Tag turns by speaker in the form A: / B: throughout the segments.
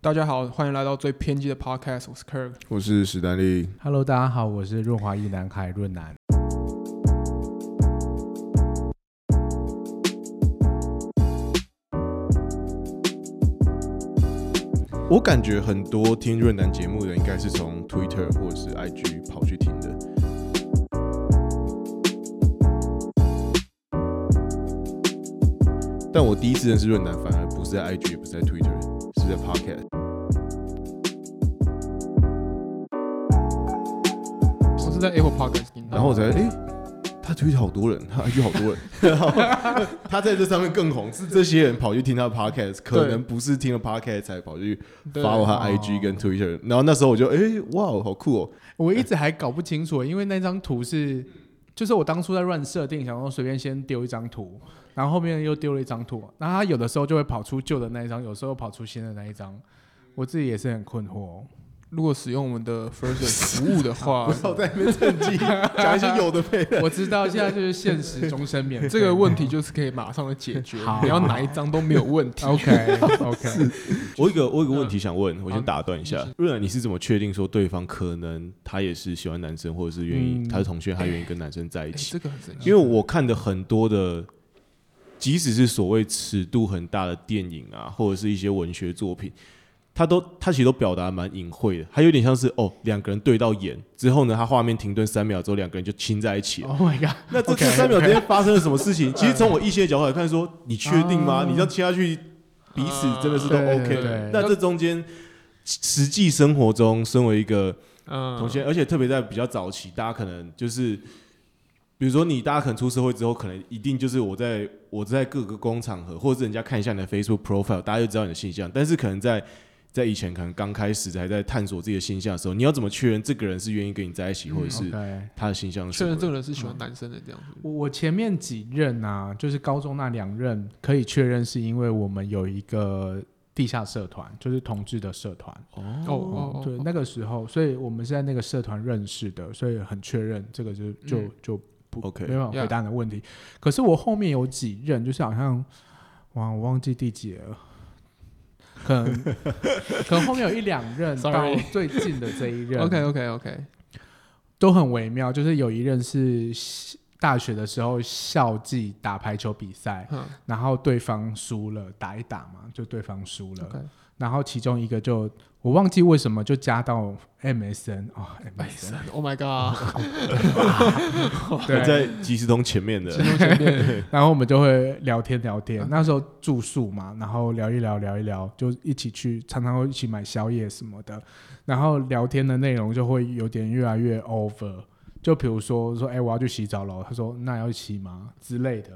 A: 大家好，欢迎来到最偏激的 Podcast，我是 Kirk。
B: 我是史丹利。
C: Hello，大家好，我是润滑一男孩润南。
B: 我感觉很多听润南节目的，应该是从 Twitter 或者是 IG 跑去听的。但我第一次认识润南，反而不是在 IG，也不是在 Twitter，是在 Pocket。
A: 我是在 Apple Podcast 听到的，
B: 然后我才哎、诶他 Twitter 好多人，他 IG 好多人，然后 他在这上面更红，是这些人跑去听他的 Podcast，可
A: 对
B: 能不是听了 Podcast 才跑去
A: 对
B: 发我他
C: 哦
B: IG 跟 Twitter。然后那时候我就哎、诶哇，好酷哦、
C: 我一直还搞不清楚，因为那张图是，就是我当初在乱设定，想说随便先丢一张图，然后后面又丢了一张图，然后它有的时候就会跑出旧的那一张，有时候跑出新的那一张，我自己也是很困 惑。
A: 如果使用我们的 First 服务的话
B: 不，要在那边趁机讲一些有的没的。
C: 我知道现在就是现实终身免费
A: 这个问题就是可以马上的解决
C: 好，
A: 你要哪一张都没有问 题。
C: OK OK，
B: 我有一个我有一个问题想问，我先打断一下。瑞然，你是怎么确定说对方可能他也是喜欢男生，或者是愿意、
C: 嗯
B: 他是同性恋，他愿意跟男生在一
A: 诶哎
B: 起？
A: 这个很神奇
B: 因为，我看的很多的，即使是所谓尺度很大的电影啊，或者是一些文学作品，他都他其实都表达蛮隐晦的，他有点像是哦两个人对到眼之后呢，他画面停顿三秒之后，两个人就亲在一起了。
C: Oh my god，
B: 那这
C: OK
B: 这三秒之间发生了什么事情？其实从我异性的角度来看说，你确定吗？
C: 啊
B: 你这样亲下去，彼此真的是都
C: 对
B: OK
C: 对对
B: 的。那这中间，实际生活中，身为一个
A: 嗯
B: 同性，而且特别在比较早期，大家可能就是，比如说你大家可能出社会之后，可能一定就是我在我在各个公场合，或者是人家看一下你的 Facebook profile，大家就知道你的性向。但是可能在在以前，可能刚开始还在探索自己的性向的时候，你要怎么确认这个人是愿意跟你在一起，或者是
C: 嗯 OK。
B: 他的性向是什
A: 确
B: 么
A: 认这
B: 的？
A: 个人是喜欢男生的这样子。
C: 我我前面几任啊，就是高中那两任可以确认，是因为我们有一个地下社团，就是同志的社团。
B: 哦
A: 哦哦，
C: 嗯对，
A: 哦
C: 那个时候，所以我们是在那个社团认识的，所以很确认这个就就、
A: 嗯
C: 就不
B: OK
C: 没办法
A: Yeah
C: 回答你的问题。可是我后面有几任，就是好像哇，我忘记第几了。可能可能后面有一两任到
A: Sorry
C: 最近的这一 任
A: OK OK OK，
C: 都很微妙，就是有一任是大学的时候校际打排球比赛，
A: 嗯
C: 然后对方输了，打一打嘛，就对方输了。
A: ，OK，
C: 然后其中一个就我忘记为什么就加到 MSN 哦
A: 拜
C: ，MSN
A: 神，Oh my God，
B: 对，
C: 对，
B: 在即时通前面的
A: 前面前面，
C: 然后我们就会聊天聊天。那时候住宿嘛，然后聊一聊聊一聊，就一起去，常常会一起买宵夜什么的。然后聊天的内容就会有点越来越 over。就比如说说，哎、我要去洗澡了，他说那要一起吗之类的，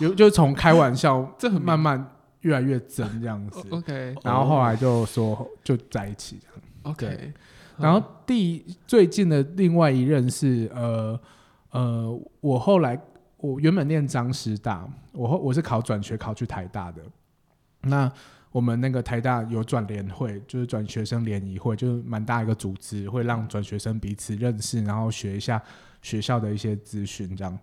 C: 有就从开玩笑
A: 哦 这很哦
C: 慢慢越来越真这样子。
A: OK
C: 然后后来就说就在一起这样。
A: OK，
C: 然后第最近的另外一任是呃呃，我后来我原本念张师大，我后我是考转学考去台大的。那我们那个台大有转联会，就是转学生联谊会，就是蛮大一个组织，会让转学生彼此认识，然后学一下学校的一些资讯这样。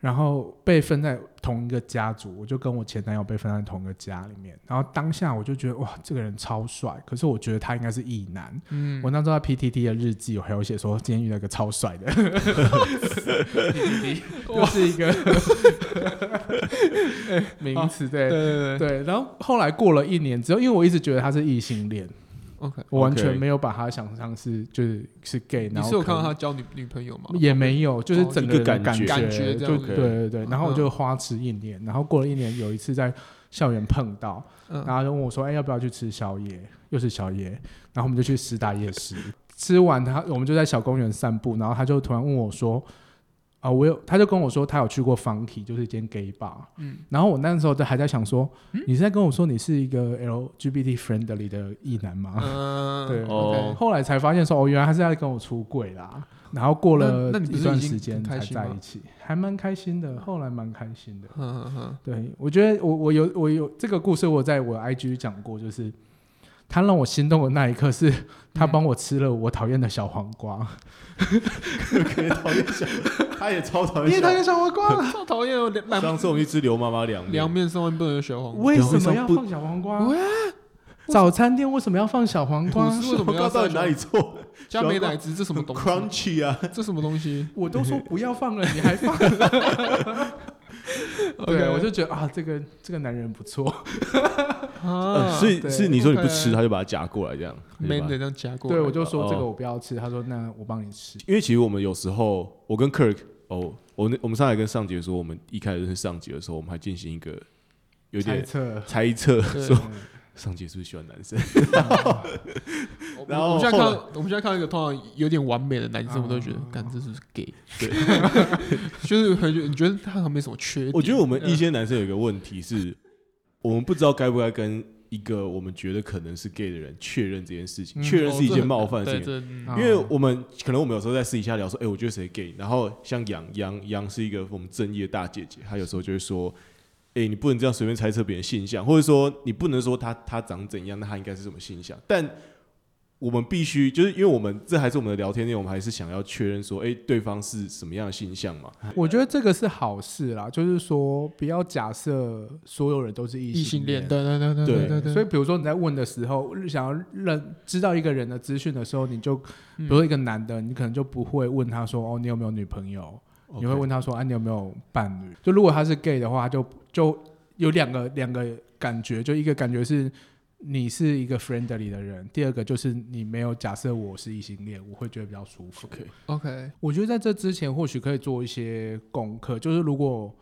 C: 然后被分在同一个家族，我就跟我前男友被分在同一个家里面。然后当下我就觉得哇，这个人超帅，可是我觉得他应该是异男，
A: 嗯
C: 我那时候在 PTT 的日记，我还有写说今天遇到一个超帅的 ，PTT 就是一个哎名词，
A: 哦对
C: 对
A: 对对
C: 对。然后后来过了一年之后，因为我一直觉得他是异性恋，
A: ，OK，
C: 我完
B: OK
C: 全没有把他想象是就是是 gay，
A: 你
C: 然后
A: 是有看到
C: 可
A: 他
C: 能
A: 交女女朋友吗？
C: 也没有，就是整个人的
B: 一个感觉
C: 感
A: 感觉这
C: 就
A: 样
B: 子
C: 对对对。然后我
A: 嗯
C: 就花痴一年，然后过了一年，有一次在校园碰到，
A: 嗯
C: 然后就问我说：“哎、要不要去吃宵夜？”又是宵夜，然后我们就去师大夜市。吃完他，我们就在小公园散步，然后他就突然问我说：“啊、我有。”他就跟我说他有去过 Funky，就是一间 gay bar。
A: 嗯，
C: 然后我那时候就还在想说，你是在跟我说你是一个 LGBT friendly 的异男吗？
A: 嗯，
C: 对
A: OK
B: 哦
C: 后来才发现说，哦，原来他是在跟我出柜啦。然后过了
A: 那那你不
C: 一
A: 是
C: 段
A: 已经
C: 时间
A: 很开
C: 才
A: 心吗
C: 在一起，还蛮开心的。后来蛮开心的。
A: 嗯嗯嗯
C: 对，我觉得我我有我有这个故事，我在我 IG 讲过，就是他让我心动的那一刻是
A: 嗯
C: 他帮我吃了我讨厌的小黄瓜，
B: 可以讨厌小，他也超讨
C: 你也
B: 厌
C: 讨
B: 小。
C: 厌小黄瓜 了，
A: 超讨厌哦，凉
B: 上次我们去吃刘妈妈凉
A: 凉
B: 面，
A: 啊面上面不能有小黄瓜。
C: 为什么要放小黄瓜？ 早餐店为什么要放小黄瓜
A: 我？啊是为什么要
B: 告诉
A: 放
B: 你 哪里错
A: 加美乃滋？这什么东西？
B: ？Crunchy 啊，
A: 这什么东西？
C: 我都说不要放了， 你还放？
A: 啊
C: 对，我就觉得啊，这个这个男人不错。
A: 啊
B: 呃，所以
C: 对
B: 是你说你不
A: OK
B: 吃，他就把它夹过来这样。对
A: man
B: 吧
A: 啊的这样夹过来，
C: 对，我就说这个
B: 哦
C: 我不要吃，他说那我帮你吃。
B: 因为其实我们有时候，我跟 Kirk，哦，我那我们上来跟上杰说，我们一开始认识上杰的时候，我们还进行一个有
C: 猜
B: 点
C: 测，
B: 猜测，
A: 对
B: 说上杰是不是喜欢男生？
A: 我
B: 然后
A: 我们现在看
B: 后来
A: 到，我们现在看到一个通常有点完美的男生，我都觉得
C: 啊，
A: 干这是 gay，就是很你觉得他好像没什么缺点。
B: 我觉得我们一
A: 嗯
B: 些男生有一个问题是，我们不知道该不该跟一个我们觉得可能是 gay 的人确认这件事情，
C: 嗯
B: 确认
A: 哦
B: 是一
A: 这
B: 件
A: 很
B: 冒
A: 难
B: 犯的事
A: 对，
B: 情。
A: 这嗯
C: 啊
B: 因为我们可能我们有时候在私底下聊说，哎、我觉得谁 gay，然后像杨杨杨是一个我们正义的大姐姐，她有时候就会说，哎、你不能这样随便猜测别人性向，或者说你不能说她她长怎样，那她应该是什么性向，但。我们必须就是因为我们这还是我们的聊天内容，我们还是想要确认说，哎、对方是什么样的性向嘛？
C: 我觉得这个是好事啦，就是说不要假设所有人都是异
A: 异性恋，
C: 恋。
A: 对对对
B: 对
A: 对对，
C: 所以，比如说你在问的时候，想要认知道一个人的资讯的时候，你就，比
A: 嗯
C: 如说一个男的，你可能就不会问他说：“哦，你有没有女朋友？”你会
B: OK
C: 问他说：“啊，你有没有伴侣？”就如果他是 gay 的话，他就就有两个两个感觉，就一个感觉是你是一个 friendly 的人，第二个就是你没有假设我是异性恋，我会觉得比较舒服。
B: OK
A: OK，
C: 我觉得在这之前或许可以做一些功课，就是如果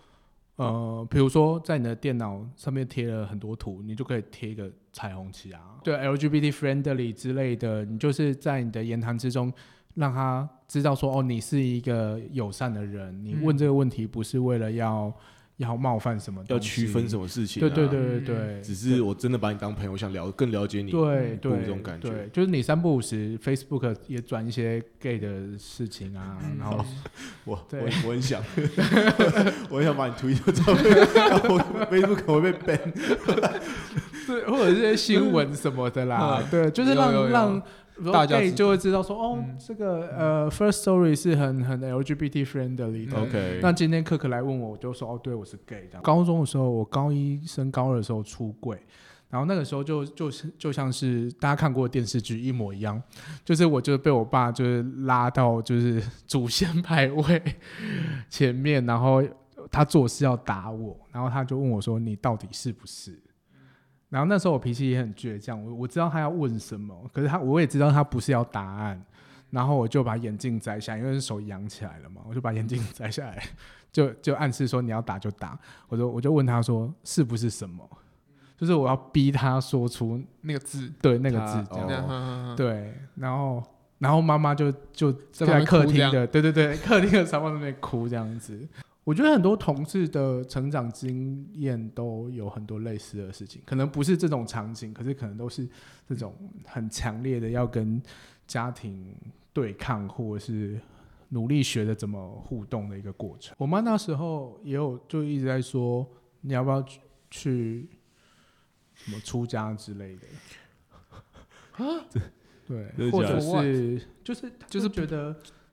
C: 呃，比如说在你的电脑上面贴了很多图，你就可以贴一个彩虹旗啊，对 LGBT friendly 之类的，你就是在你的言谈之中让他知道说哦，你是一个友善的人，你问
A: 嗯
C: 这个问题不是为了要要冒犯什么东
B: 要
C: 西，
B: 区分什么事情、啊？
C: 对对对对对，
B: 只是我真的把你当朋友，我想了更了解你，
C: 对
B: 一步
C: 对，
B: 这种感觉
C: 对，就是你三不五时，Facebook 也转一些 gay 的事情啊，
B: 嗯
A: 嗯
C: 然后
B: 我我
C: 对
B: 我很 想，我很想把你推掉，照片，然后我 Facebook 我会被 ban。
C: 对，或者是一些新闻什么的 啦，
A: 嗯
C: 对，就是让
A: 有有有
C: 让
A: 大家
C: gay
A: 知道
C: 就会知道说，哦，
A: 嗯
C: 这个呃，First Story 是很很 LGBT friendly 的。
A: 嗯
B: OK，
C: 那今天可可来问我，我就说哦，对我是 gay 的。高中的时候，我高一升高二的时候出柜，然后那个时候就就是就像是大家看过的电视剧一模一样，就是我就是被我爸就是拉到就是祖先牌位前面，然后他做事要打我，然后他就问我说你到底是不是？然后那时候我脾气也很倔强，我我知道他要问什么，可是他我也知道他不是要答案，然后我就把眼镜摘下来，因为手扬起来了嘛，我就把眼镜 摘下来，就就暗示说你要打就打，我就我就问他说是不是什么，就是我要逼他说出
A: 那个字，
C: 对那个
B: 他
C: 字，这
B: 哦
C: 样
A: 这样嗯嗯嗯
C: 对，然后然后妈妈就就
A: 在旁
C: 在
A: 边
C: 客
A: 哭
C: 厅
A: 这样
C: 的，对对对， 客厅的沙发上面哭这样子。我觉得很多同志的成长经验都有很多类似的事情，可能不是这种场景，可是可能都是这种很强烈的要跟家庭对抗，或者是努力学着怎么互动的一个过程。我妈那时候也有就一直在说，你要不要去去什么出家之类的。对，
B: 真的
C: 或
B: 假
C: 者
A: 的
C: 是就是就
A: 就是是
C: 觉得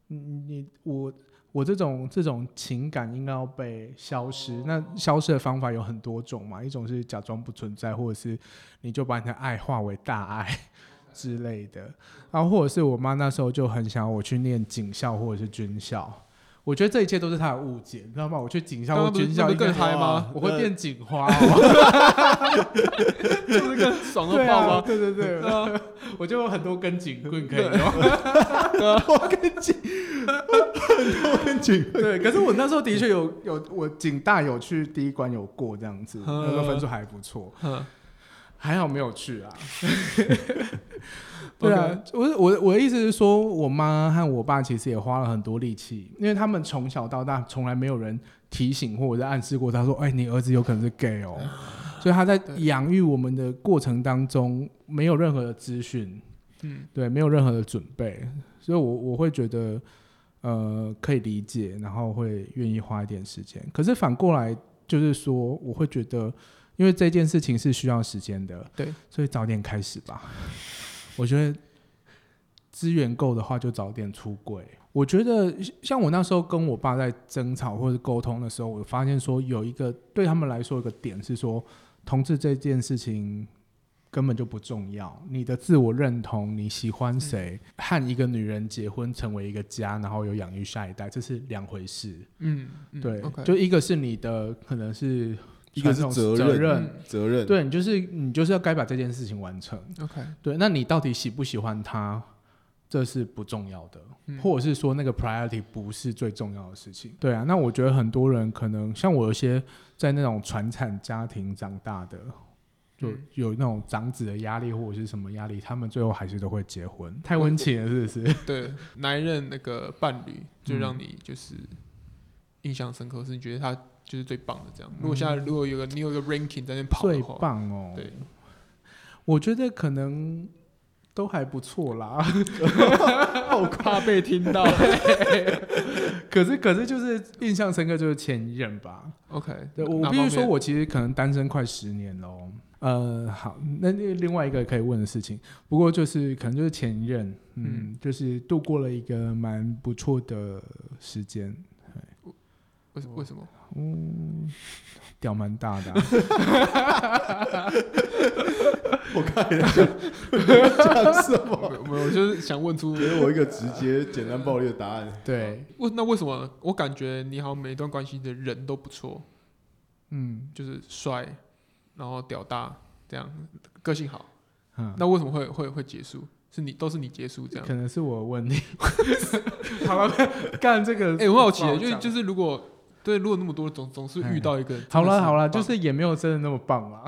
C: 嗯你我我这种这种情感应该要被消失。那消失的方法有很多种嘛，一种是假装不存在，或者是你就把你的爱化为大爱 之类的。然后或者是我妈那时候就很想要我去念警校或者是军校。我觉得这一切都是她的误解，你知道吗？我去警校
A: 刚
C: 或
A: 刚不是
C: 军校
A: 那
C: 应
A: 不是
C: 该哦
A: 更嗨吗？
C: 我会
B: 那
C: 变警 花、哦，
A: 这 不是更爽到
C: 对
A: 爆
C: 啊，
A: 吗？
C: 对对对，我就有很多根警棍可以 用。
B: 我跟警，我跟警，
C: 对，可是我那时候的确有有我警大有去第一关有过这 样子，
A: 嗯
C: 那时候分数还不错，
A: 嗯
C: 还好没有去啊。对啊，我我我的意思是说，我妈和我爸其实也花了很多力气，因为他们从小到大从来没有人提醒或者是暗示过他说，哎，你儿子有可能是 gay 哦， 所以他在养育我们的过程当中没有任何的资讯，
A: 嗯，
C: 对，没有任何的准备，所以我我会觉得，呃，可以理解，然后会愿意花一点时间。可是反过来就是说，我会觉得，因为这件事情是需要时间的，
A: 对，
C: 所以早点开始吧。 我觉得资源够的话，就早点出柜。我觉得像我那时候跟我爸在争吵或者沟通的时候，我发现说有一个对他们来说有一个点是说，同志这件事情根本就不重要。你的自我认同，你喜欢谁，
A: 嗯
C: 和一个女人结婚成为一个家，然后有养育下一代，这是两回事。
A: 嗯，嗯
C: 对
A: OK
C: 就一个是你的可能是
B: 一个是
C: 传
B: 责
C: 统
B: 任
C: 责任，
A: 嗯
B: 责任，
C: 对你就是你就是要该把这件事情完成。
A: OK，
C: 对，那你到底喜不喜欢他，这是不重要的，
A: 嗯
C: 或者是说那个 priority 不是最重要的事情。对啊，那我觉得很多人可能像我有些在那种传产家庭长大的。就
A: 嗯
C: 有那种长子的压力或者是什么压力，他们最后还是都会结婚，太温情了，是不 是？
A: 对，哪一任那个伴侣就
C: 嗯
A: 让你就是印象深刻，是你觉得他就是最棒的这样。如果现在如果有个你有一个 ranking 在那边跑
C: 嗯最
A: 的话，
C: 棒哦！
A: 对，
C: 我觉得可能都还不错啦。
A: 我怕被听到。
C: 可是可是就是印象深刻就是前一任吧。
A: OK，
C: 对我
A: 哪
C: 必须
A: 方
C: 说，
A: 面
C: 我其实可能单身快十年喽。呃，好，那那另外一个可以问的事情，不过就是可能就是前任，嗯，就是度过了一个蛮不错的时间，
A: 为什为什么？
C: 嗯，屌蛮大的啊、
B: 我看你在讲讲什么，
A: 我没有我就是想问 出
B: 给我一个直接、简单、暴力的答案。
C: 对，
A: 为那为什么我感觉你好像每一段关系的人都不错，
C: 嗯
A: 就是帅，然后屌大这样，个性好。
C: 嗯，
A: 那为什么会会会结束？是你都是你结束这样
C: 可？能是我的问题。 好了，干这个，
A: 哎、我好奇
C: 不好，
A: 就
C: 讲嗯
A: 是就是如果对，如果那么多总总是遇到一个，
C: 好
A: 真的
C: 了
A: 是
C: 好了，
A: 棒
C: 就是也没有真的那么棒啦。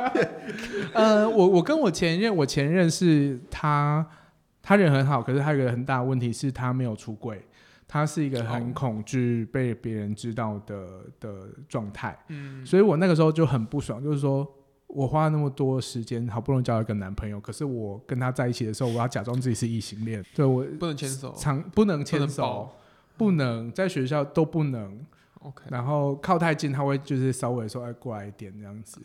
C: 呃，我我跟我前任，我前任是他，他人很好，可是他有一个很大的问题是他没有出柜，他是一个很
A: 哦
C: 恐惧被别人知道的的状态，
A: 嗯，
C: 所以我那个时候就很不爽，就是说。我花那么多时间，好不容易交了一个男朋友，可是我跟他在一起的时候，我要假装自己是异性恋，对我
A: 不能牵手
C: 常不
A: 哦
C: 能
A: 不
C: 牵
A: 能
C: 手
A: 抱，
C: 不能在学校都不能，
A: ，OK，
C: 然后靠太近，他会就是稍微说哎过来一点这样子，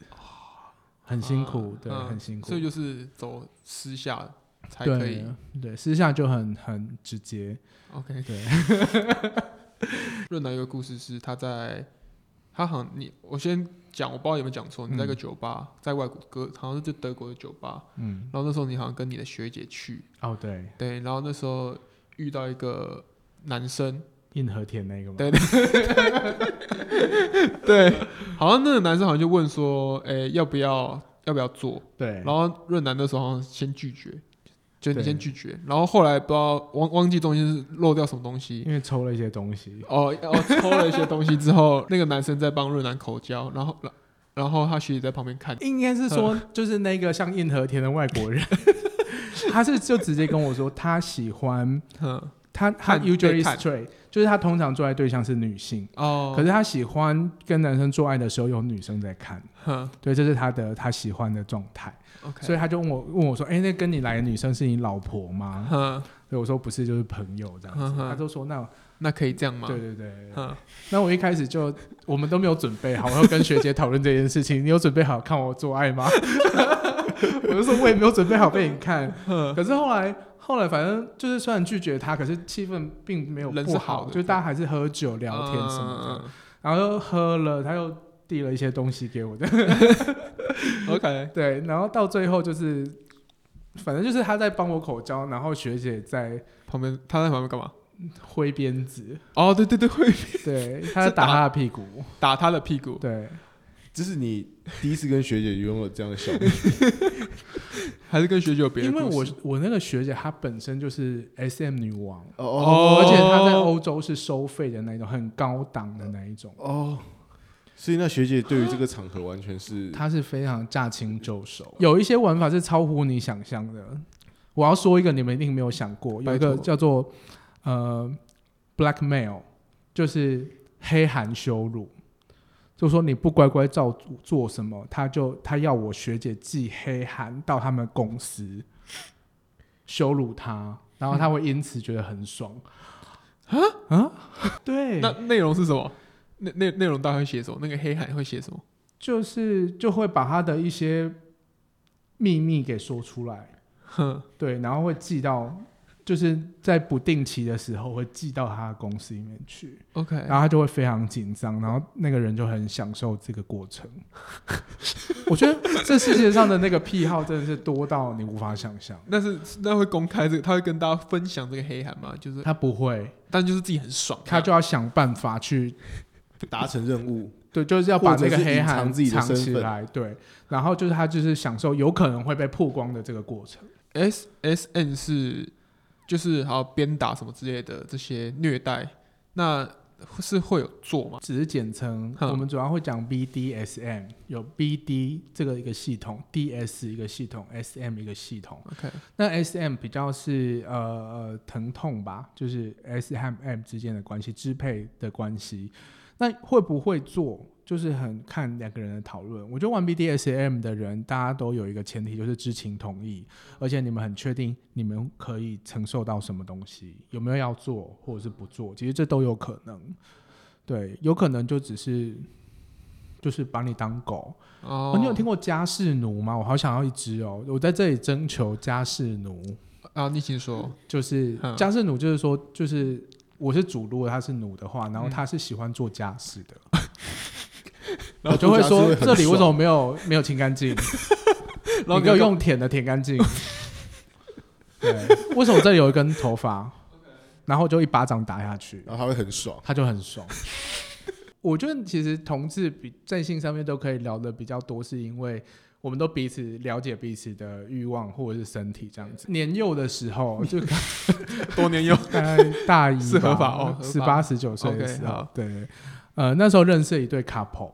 C: 很辛苦
A: 啊，
C: 对，
A: 嗯
C: 很辛苦
A: 所以，就是走私下才可以
C: 对对，私下就很很直接，
A: ，OK。
C: 对，
A: 润南有个故事是他在，他好像你我先讲，我不知道有没有讲错，你在一个酒吧，在外国歌好像是德国的酒吧，
C: 嗯，
A: 然后那时候你好像跟你的学姐去，
C: 哦对，
A: 对，然后那时候遇到一个男生，
C: 硬和田那个嘛，
A: 对对，好像那个男生好像就问说，哎、要不要要不要做？
C: 对
A: 然，后润南那时候好像先拒绝，就你
C: 对
A: 先拒绝，然后后来不知道忘忘记中间是漏掉什么东西。
C: 因为抽了一些东西，
A: 哦，哦，抽了一些东西之后，那个男生在帮润南口交，然后，然然后他学姐在旁边看，
C: 应该是说就是那个像硬和田的外 国人，他是就直接跟我说他喜欢
A: 嗯，
C: 他他
A: 看被
C: usually
A: 看
C: straight，就是他通常做爱对象是女性，
A: 哦，
C: 可是他喜欢跟男生做爱的时候有女生在看，
A: 哼
C: 对，这是他的他喜欢的状态。
A: ，OK，
C: 所以他就问我问我说：“哎、那跟你来的女生是你老婆吗
A: 哼，？”
C: 对，我说不是，就是朋友这样子。
A: 嗯哼
C: 他就说：“那
A: 那可以这样吗？
C: 对对对，
A: 哼，
C: 那我一开始就我们都没有准备好，我要跟学姐讨论这件事情。你有准备好看我做爱吗？” 我就说我也没有准备好被你 看。可是后来后来反正就是虽然拒绝他，可是气氛并没有
A: 人
C: 不
A: 是
C: 好，
A: 好的
C: 就大家还是喝酒聊天什么
A: 嗯
C: 的。然后又喝了，他又递了一些东西给我的。
A: 嗯嗯嗯，OK，
C: 对，然后到最后就是，反正就是他在帮我口交，然后学姐在
A: 旁边他在旁边干嘛？
C: 挥 鞭子，
A: 哦，对对对，会
C: 对，他在打
A: 打
C: 他的屁股，
A: 打他的屁股，
C: 对，
B: 这是你第一次跟学姐拥有这样的小秘密，
A: 还是跟学姐有别的
C: 因为
A: 故
C: 我
A: 事
C: 我那个学姐她本身就是 S M 女王，
B: 哦
A: 哦
C: 而且她在欧洲是收费的那一种，很高档的那一种，
B: 哦，所以那学姐对于这个场合完全是
C: 她是非常驾轻就熟，有一些玩法是超乎你想象的。我要说一个你们一定没有想过，有一
A: 拜
C: 个
A: 托
C: 叫做呃 blackmail，就是黑函羞辱，就说你不乖乖照做什么，他就他要我学姐寄黑函到他们公司羞辱他，然后他会因此觉得很爽。啊啊，对，
A: 那内容是什么？内内内容大概会写什么？那个黑海会写什么？
C: 就是就会把他的一些秘密给说出来，
A: 哼，
C: 对，然后会寄到就是在不定期的时候会寄到他的公司里面去，
A: OK，
B: 哎
C: 然后他就会非常紧张，然后那个人就很享受这个过程。 我觉得这世界上的那个癖好真的是多到你无法想象。
A: 那是那会公开这个，他会跟大家分享这个黑函吗？就是，
C: 他不会，
A: 但就是自己很爽，
C: 他就要想办法去
B: 达成任务，
C: 对，就是要把
B: 或者
C: 那个
B: 是
C: 黑
B: 隐
C: 函
B: 藏自己的
C: 藏
B: 身
C: 起
B: 份
C: 来，对。然后就是他就是享受有可能会被曝光的这个过程，
A: S S N 是就是还有鞭打什么之类的这些虐待，那是会有做吗？
C: 只是简称。
A: 哼
C: 我们主要会讲 BDSM，有 BD 这个一个系统，DS 一个系统，SM 一个系统。
A: OK
C: 那 SM 比较是呃呃疼痛吧，就是 S 和 M 之间的关系，支配的关系。那会不会做，就是很看两个人的讨论。我觉得玩 BDSM 的人，大家都有一个前提，就是知情同意，而且你们很确定你们可以承受到什么东西，有没有要做或者是不做，其实这都有可能。对，有可能就只是就是把你当狗，
A: 哦
C: 哦，你有听过家事奴吗？我好想要一只哦！我在这里征求家事奴，
A: 啊？你请说。
C: 就是
A: 嗯
C: 家事奴，就是说，就是我是主，如果他是奴的话，然
B: 嗯
C: 后他是喜欢做家事的，
B: 然后
C: 我就会
B: 做
C: 说
B: 家事会很
C: 这里为什么
B: 爽
C: 没有没有清 干净？
A: 然后你
C: 你给
A: 就
C: 我用舔的舔干净。对，为什么这里有一根 头发？然后就一巴掌打下去，
B: 然后他会很爽。
C: 他就很爽。 我觉得其实同志比在性上面都可以聊的比较多，是因为我们都彼此了解彼此的欲望或者是身体
A: 嗯
C: 这样子。年幼的时候，就大
A: 多年有
C: 概大一
A: 是合法 哦合
C: 十
A: 法
C: 八十九岁的
A: OK，
C: 时候
A: 好，
C: 对，呃，那时候认识一对 couple，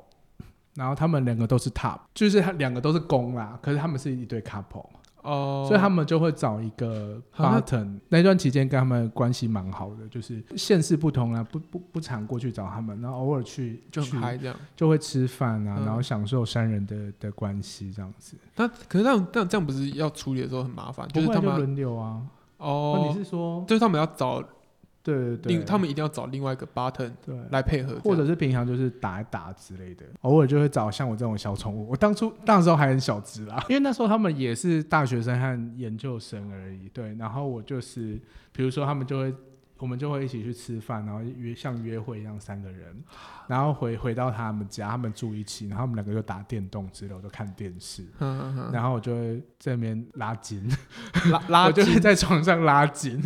C: 然后他们两个都是 top，就是他两个都是公啦，可是他们是一对 couple，
A: 哦，
C: 所以他们就会找一个
A: 啊那
C: button。那段期间跟他们关系蛮好的，就是县市不同啊，不不不常过去找他们，然后偶尔去
A: 就很
C: 去
A: 嗨这样。
C: 就会吃饭啊，
A: 嗯
C: 然后享受三人的的关系这样子。
A: 那可是这样这样这样不是要处理的时候很麻烦，
C: 不
A: 就是
C: 会
A: 他
C: 就
A: 们
C: 轮流啊？哦，你
A: 哦，
C: 是说
A: 就是他们要找
C: 对对对，
A: 另他们一定要找另外一个 button
C: 对。
A: 来配合这样，
C: 或者是平常就是打一打之类的，偶尔就会找像我这种小宠物。我当初那时候还很小只啦，因为那时候他们也是大学生和研究生而已。对，然后我就是，比如说他们就会，我们就会一起去吃饭，然后约像约会一样三个人，然后回回到他们家，他们住一起，然后我们两个就打电动之类，我就看电视。
A: 嗯嗯
C: 然后我就会在那边拉筋，
A: 嗯，拉拉
C: 我就
A: 筋
C: 会在床上拉筋，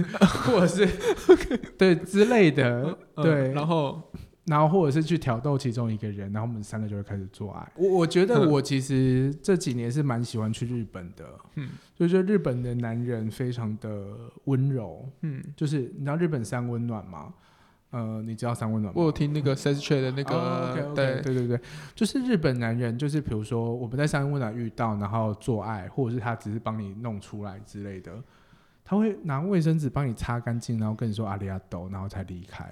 C: 或者是 对之类的，
A: 嗯
C: 对，
A: 然后
C: 然后或者是去挑逗其中一个人，然后我们三个就会开始做爱。我我觉得
A: 嗯
C: 我其实这几年是蛮喜欢去日本的，
A: 嗯
C: 嗯，就觉得日本的男人非常的温柔，
A: 嗯，
C: 就是你知道日本三温暖吗？呃，你知道三温暖吗？
A: 我有听那个 sex t r a 的那
C: 嗯哦
A: 个
C: ，OK，OK，
A: 对
C: 对对对，就是日本男人，就是比如说我们在三温暖遇到，然后做爱，或者是他只是帮你弄出来之类的，他会拿卫生纸帮你擦干净，然后跟你说阿里阿斗，然后才离开。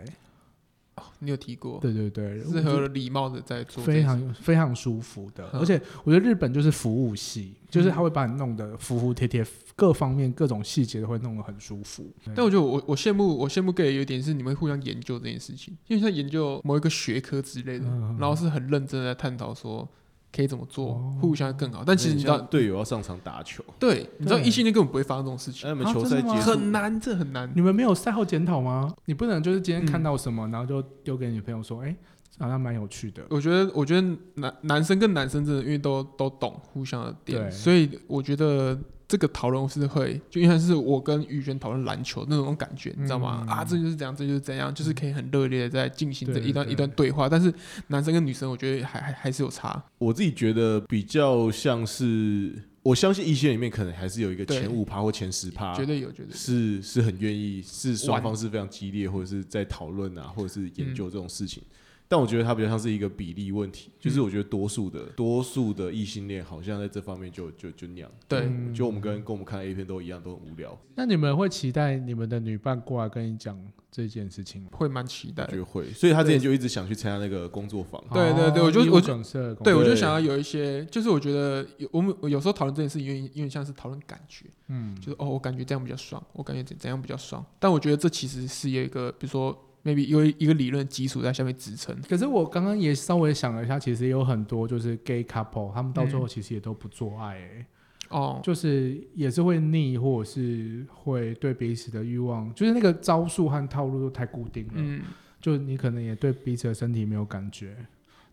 A: 你有提过，
C: 对对对，
A: 是
C: 我觉
A: 很
C: 得
A: 有礼貌的在做这件
C: 非
A: 事，
C: 常非常舒服的，
A: 嗯
C: 而且我觉得日本就是服务系，就是他会把你弄得服服帖帖，各方面各种细节都会弄得很舒服。
A: 但我觉得我我羡慕我羡慕 gay 有一点是你们会互相研究这件事情，因为像研究某一个学科之类的，
C: 嗯嗯嗯
A: 然后是很认真的在探讨说可以怎么做，
C: 哦
A: 互相更好。但其实你知
B: 像
A: 道，
B: 队友要上场打球，
A: 对，你知道
C: 对
A: 异性恋根本不会发生这种事情，
B: 哎那你们
C: 啊
B: 球
C: 真
B: 赛
C: 的吗
B: 结束
A: 很难，这很难。
C: 你们没有赛后检讨吗？你不能就是今天
A: 嗯
C: 看到什么，然后就丢给女朋友说，哎、好像蛮有趣的。
A: 我觉得，我觉得男男生跟男生真的，因为都都懂互相的点，
C: 对
A: 所以我觉得这个讨论是会，就因为是我跟宇轩讨论篮球那种感觉，你知道吗？
C: 嗯
A: 啊，这就是怎样，这就是怎样，就是可以很热烈的在进行这
C: 对
A: 一段
C: 对
A: 一段对话。但是男生跟女生，我觉得还还还是有差。
B: 我自己觉得比较像是，我相信一线里面可能还是有一个
A: 对
B: 前五趴或前十
C: 啊
B: 趴，
A: 绝对有，绝对有
B: 是是很愿意，是双
A: 玩
B: 方是非常激烈，或者是在讨论啊，或者是研
A: 嗯
B: 究这种事情。但我觉得它比较像是一个比例问题，
A: 嗯
B: 就是我觉得多数的、多数的异性恋好像在这方面就就就那样。
A: 对
C: 嗯
B: 就我们跟跟我们看 A 片都一样，都很无聊，
C: 那你们会期待你们的女伴过来跟你讲这件事情吗？
A: 会蛮期待的。
B: 就会。所以他之前就一直想去参加那个工作坊，
A: 对对对
C: 哦
A: 我就
C: 义务
A: 我就
C: 整社的工
A: 对，
C: 作
A: 我就
B: 对
A: 想要有一些，就是我觉得有我们有时候讨论这件事情，有点有点像是讨论感觉，
C: 嗯，
A: 就是哦，我感觉这样比较爽，我感觉怎怎样比较爽。但我觉得这其实是有一个，比如说 maybe 有一个理论基础在下面支撑。
C: 可是我刚刚
A: 嗯
C: 也稍微想了一下，其实也有很多就是 gay couple，他们到最后其实也都不做爱、欸，
A: 哦，
C: 就是也是会腻，或者是会对彼此的欲望，就是那个招数和套路都太固定了，
A: 嗯，
C: 就你可能也对彼此的身体没有感觉，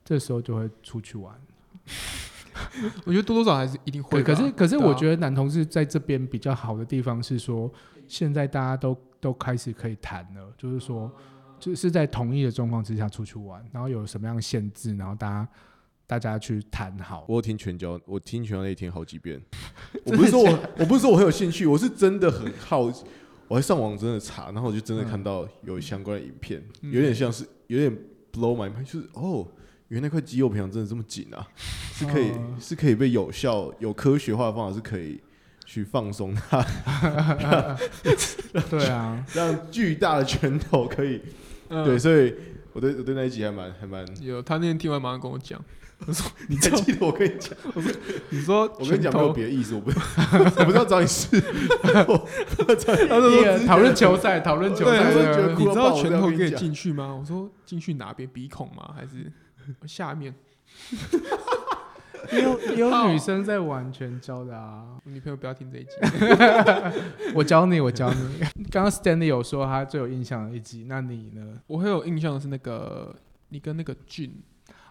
C: 这时候就会出去玩。
A: 我觉得多多少少还是一定会
C: 对，
A: 吧。
C: 可是可是
A: 对啊
C: 我觉得男同志在这边比较好的地方是说，现在大家都都开始可以谈了，就是说，就是在同意的状况之下出去玩，然后有什么样的限制，然后大家大家去谈好。
B: 我有听全交，我听全交那一天好 几遍。我
A: 真的
B: 不是说我，我不是说我很有兴趣，我是真的很好奇。我还上网真的查，然后我就真的看到有相关的影片，
A: 嗯
B: 有点像是有点 blow my mind，就是哦，原来那块肌肉培养真的这么紧啊，是可以、
C: 哦
B: 是可以被有效有科学化的方法是可以去放松它，
C: 对啊，
B: 让巨大的拳头可以、
A: 嗯
B: 对，所以我对我对那一集还蛮还蛮，
A: 有他那天听完马上跟我讲，
B: 你 还记得我跟你讲，
A: 你说
B: 我跟你讲没有
A: 拳头
B: 别的意思，我不 我不是要找 你试，我我要找你
A: 他说
C: 第二讨论球赛，讨论球
A: 对
C: 赛
A: 我
B: 就觉
C: 对
B: 得
C: 啊，
A: 你知道
B: 哭到爆
A: 拳
B: 我
A: 头
B: 跟你
A: 可以
B: 讲
A: 进去吗？我说进去哪边？鼻孔吗？还 是下面？
C: 也 有也有女生在玩拳交的啊。
A: 我女朋友不要听这一集。
C: 我教你，我教你。刚刚 Stanley 有说他最有印象的一集，那你呢？
A: 我很有印象的是那个你跟那个俊，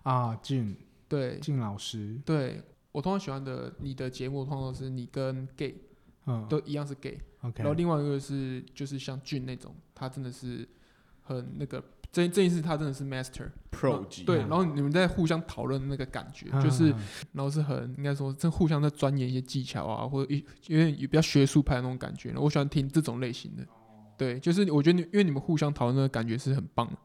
C: 啊，俊
A: 对
C: 俊老师，
A: 对，我通常喜欢的你的节目，通常是你跟 gay
C: 嗯
A: 都一样是 gay，、
C: ，OK，
A: 然后另外一个是就是像俊那种，他真的是很那个。这这一次他真的是 master，
B: pro 级，
A: 对，
C: 嗯
A: 然后你们在互相讨论那个感觉，
C: 嗯
A: 就是
C: 嗯嗯
A: 然后是很应该说，这互相在钻研一些技巧啊，或者一有点比较学术派的那种感觉。我喜欢听这种类型的，
C: 哦
A: 对，就是我觉得你因为你们互相讨论的感觉是很棒的。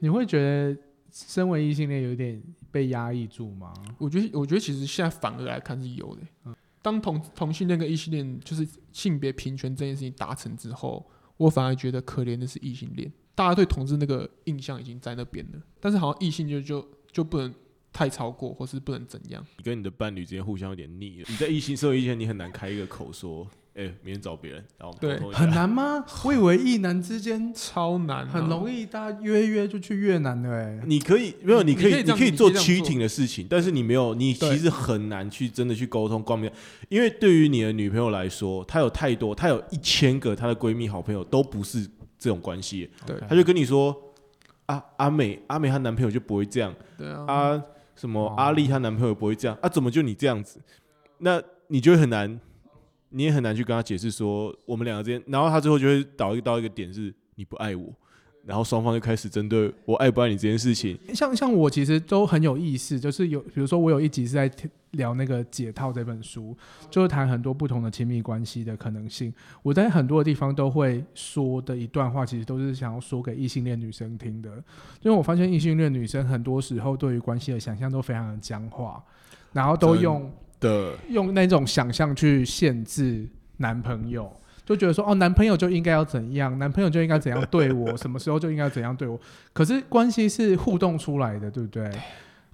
C: 你会觉得身为异性恋有点被压抑住吗？
A: 我觉得我觉得其实现在反而来看是有的、
C: 嗯
A: 当同同性恋跟异性恋就是性别平权这件事情达成之后，我反而觉得可怜的是异性恋，大家对同志那个印象已经在那边了，但是好像异性就就就不能太超过，或是不能怎样。
B: 你跟你的伴侣之间互相有点腻了。你在异性社会之前，你很难开一个口说，哎、明天找别人，然后
A: 对
B: 沟通一下
C: 很。难 吗？我以为异男之间
A: 超难、啊
C: 很容
A: 易。
C: 易，大家约一约就去越南的哎、
B: 你可以没有，
A: 你
B: 你可
A: 你可以这
B: 以你
A: 样
B: 可以做
A: 你可以这样做
B: cheating 的事情，但是你没有，你
A: 对
B: 其实很难去真的去沟通光明，因为对于你的女朋友来说，她有太多，她有一千个她的闺蜜好朋友都不是这种关系，
A: 对
C: OK
B: 她就跟你说啊，阿美阿美她男朋友就不会这样，
A: 对啊，
B: 啊，什么
C: 哦
B: 阿丽她男朋友也不会这样啊，怎么就你这样子？那你就会很难，你也很难去跟她解释说我们两个之间，然后她最后就会导到一个点是你不爱我，然后双方就开始针对我爱不爱你这件事情，
C: 像像我其实都很有意思，就是有比如说我有一集是在聊那个《解套》这本书，就是谈很多不同的亲密关系的可能性。我在很多地方都会说的一段话，其实都是想要说给异性恋女生听的，因为我发现异性恋女生很多时候对于关系的想象都非常的僵化，然后都
B: 真
C: 用
B: 的
C: 用那种想象去限制男朋友，就觉得说哦，男朋友就应该要怎样，男朋友就应该怎样对我，什么时候就应该怎样对我。可是关系是互动出来的，对不对？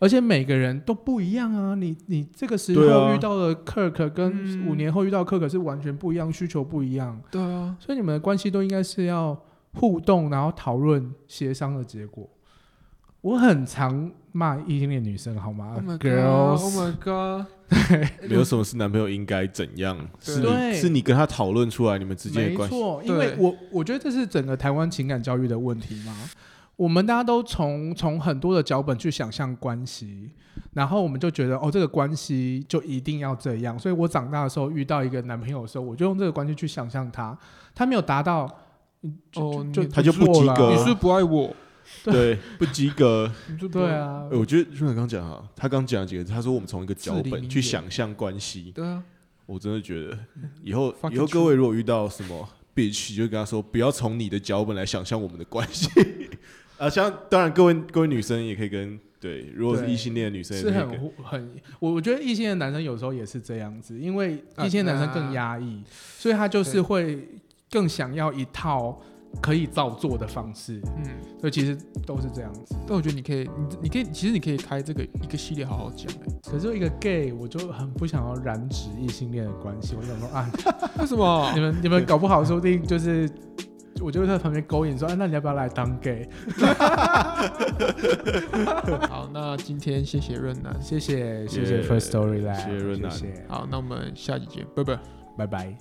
C: 而且每个人都不一样啊，你你这个时
B: 对
C: 候
B: 啊
C: 遇到的 Kirk 跟
A: 嗯
C: 五年后遇到的 Kirk 是完全不一样，需求不一样，
A: 对啊，
C: 所以你们的关系都应该是要互动，然后讨论协商的结果。我很常骂异性恋女生，好吗
A: Oh my god!
C: 啊？Girls，
A: Oh my god!
B: 没有什么是男朋友应该怎样，是
C: 对
B: 你是你跟他讨论出来你们之间的
C: 没
B: 关系，
C: 错，因为
A: 对
C: 我我觉得这是整个台湾情感教育的问题嘛。我们大家都从从很多的脚本去想象关系，然后我们就觉得哦，这个关系就一定要这样。所以我长大的时候遇到一个男朋友的时候，我就用这个关系去想象他，他没有达到，
A: 哦，
C: 就
A: 你
B: 他就不及格
A: 你
B: 啊
A: 是不是不爱我？
B: 对，不及格。
A: 你是不
C: 对，啊
B: 哎，我觉得润刚讲哈，他刚讲了几个字，他说我们从一个脚
A: 至理名
B: 本去
A: 言
B: 想象关系，
A: 对啊，
B: 我真的觉得以后
A: Fucking
B: 以后各位如果遇到什么 bitch，就跟他说不要从你的脚本来想象我们的关系。 啊，像当然各位各位女生也可以跟对，如果是
C: 对
B: 异性恋的女生也
C: 是
B: 可以
C: 很
B: 跟。
C: 很，我我觉得异性的男生有时候也是这样子，因为异性的男生更压抑，所以他就
A: 嗯
C: 是
A: 啊对
C: 会更想要一套可以照做的方式，
A: 嗯，
C: 所以其实都是这样子。
A: 但我觉得你可以，你你可以，其实你可以开这个一个系列好好讲、欸。
C: 可是一个 gay，我就很不想要染指异性恋的关系。我想说啊，
A: 为什么
C: 你？们你们搞不好说不定就是我就会在旁边勾引说，哎、那你要不要来当 gay？
A: 好，那今天谢谢润南，
C: 谢谢谢
B: 谢
C: 谢
B: 谢
C: First Story 来，
B: 谢谢润南
C: 谢谢，
A: 好，那我们下集见，拜拜。
C: 拜拜。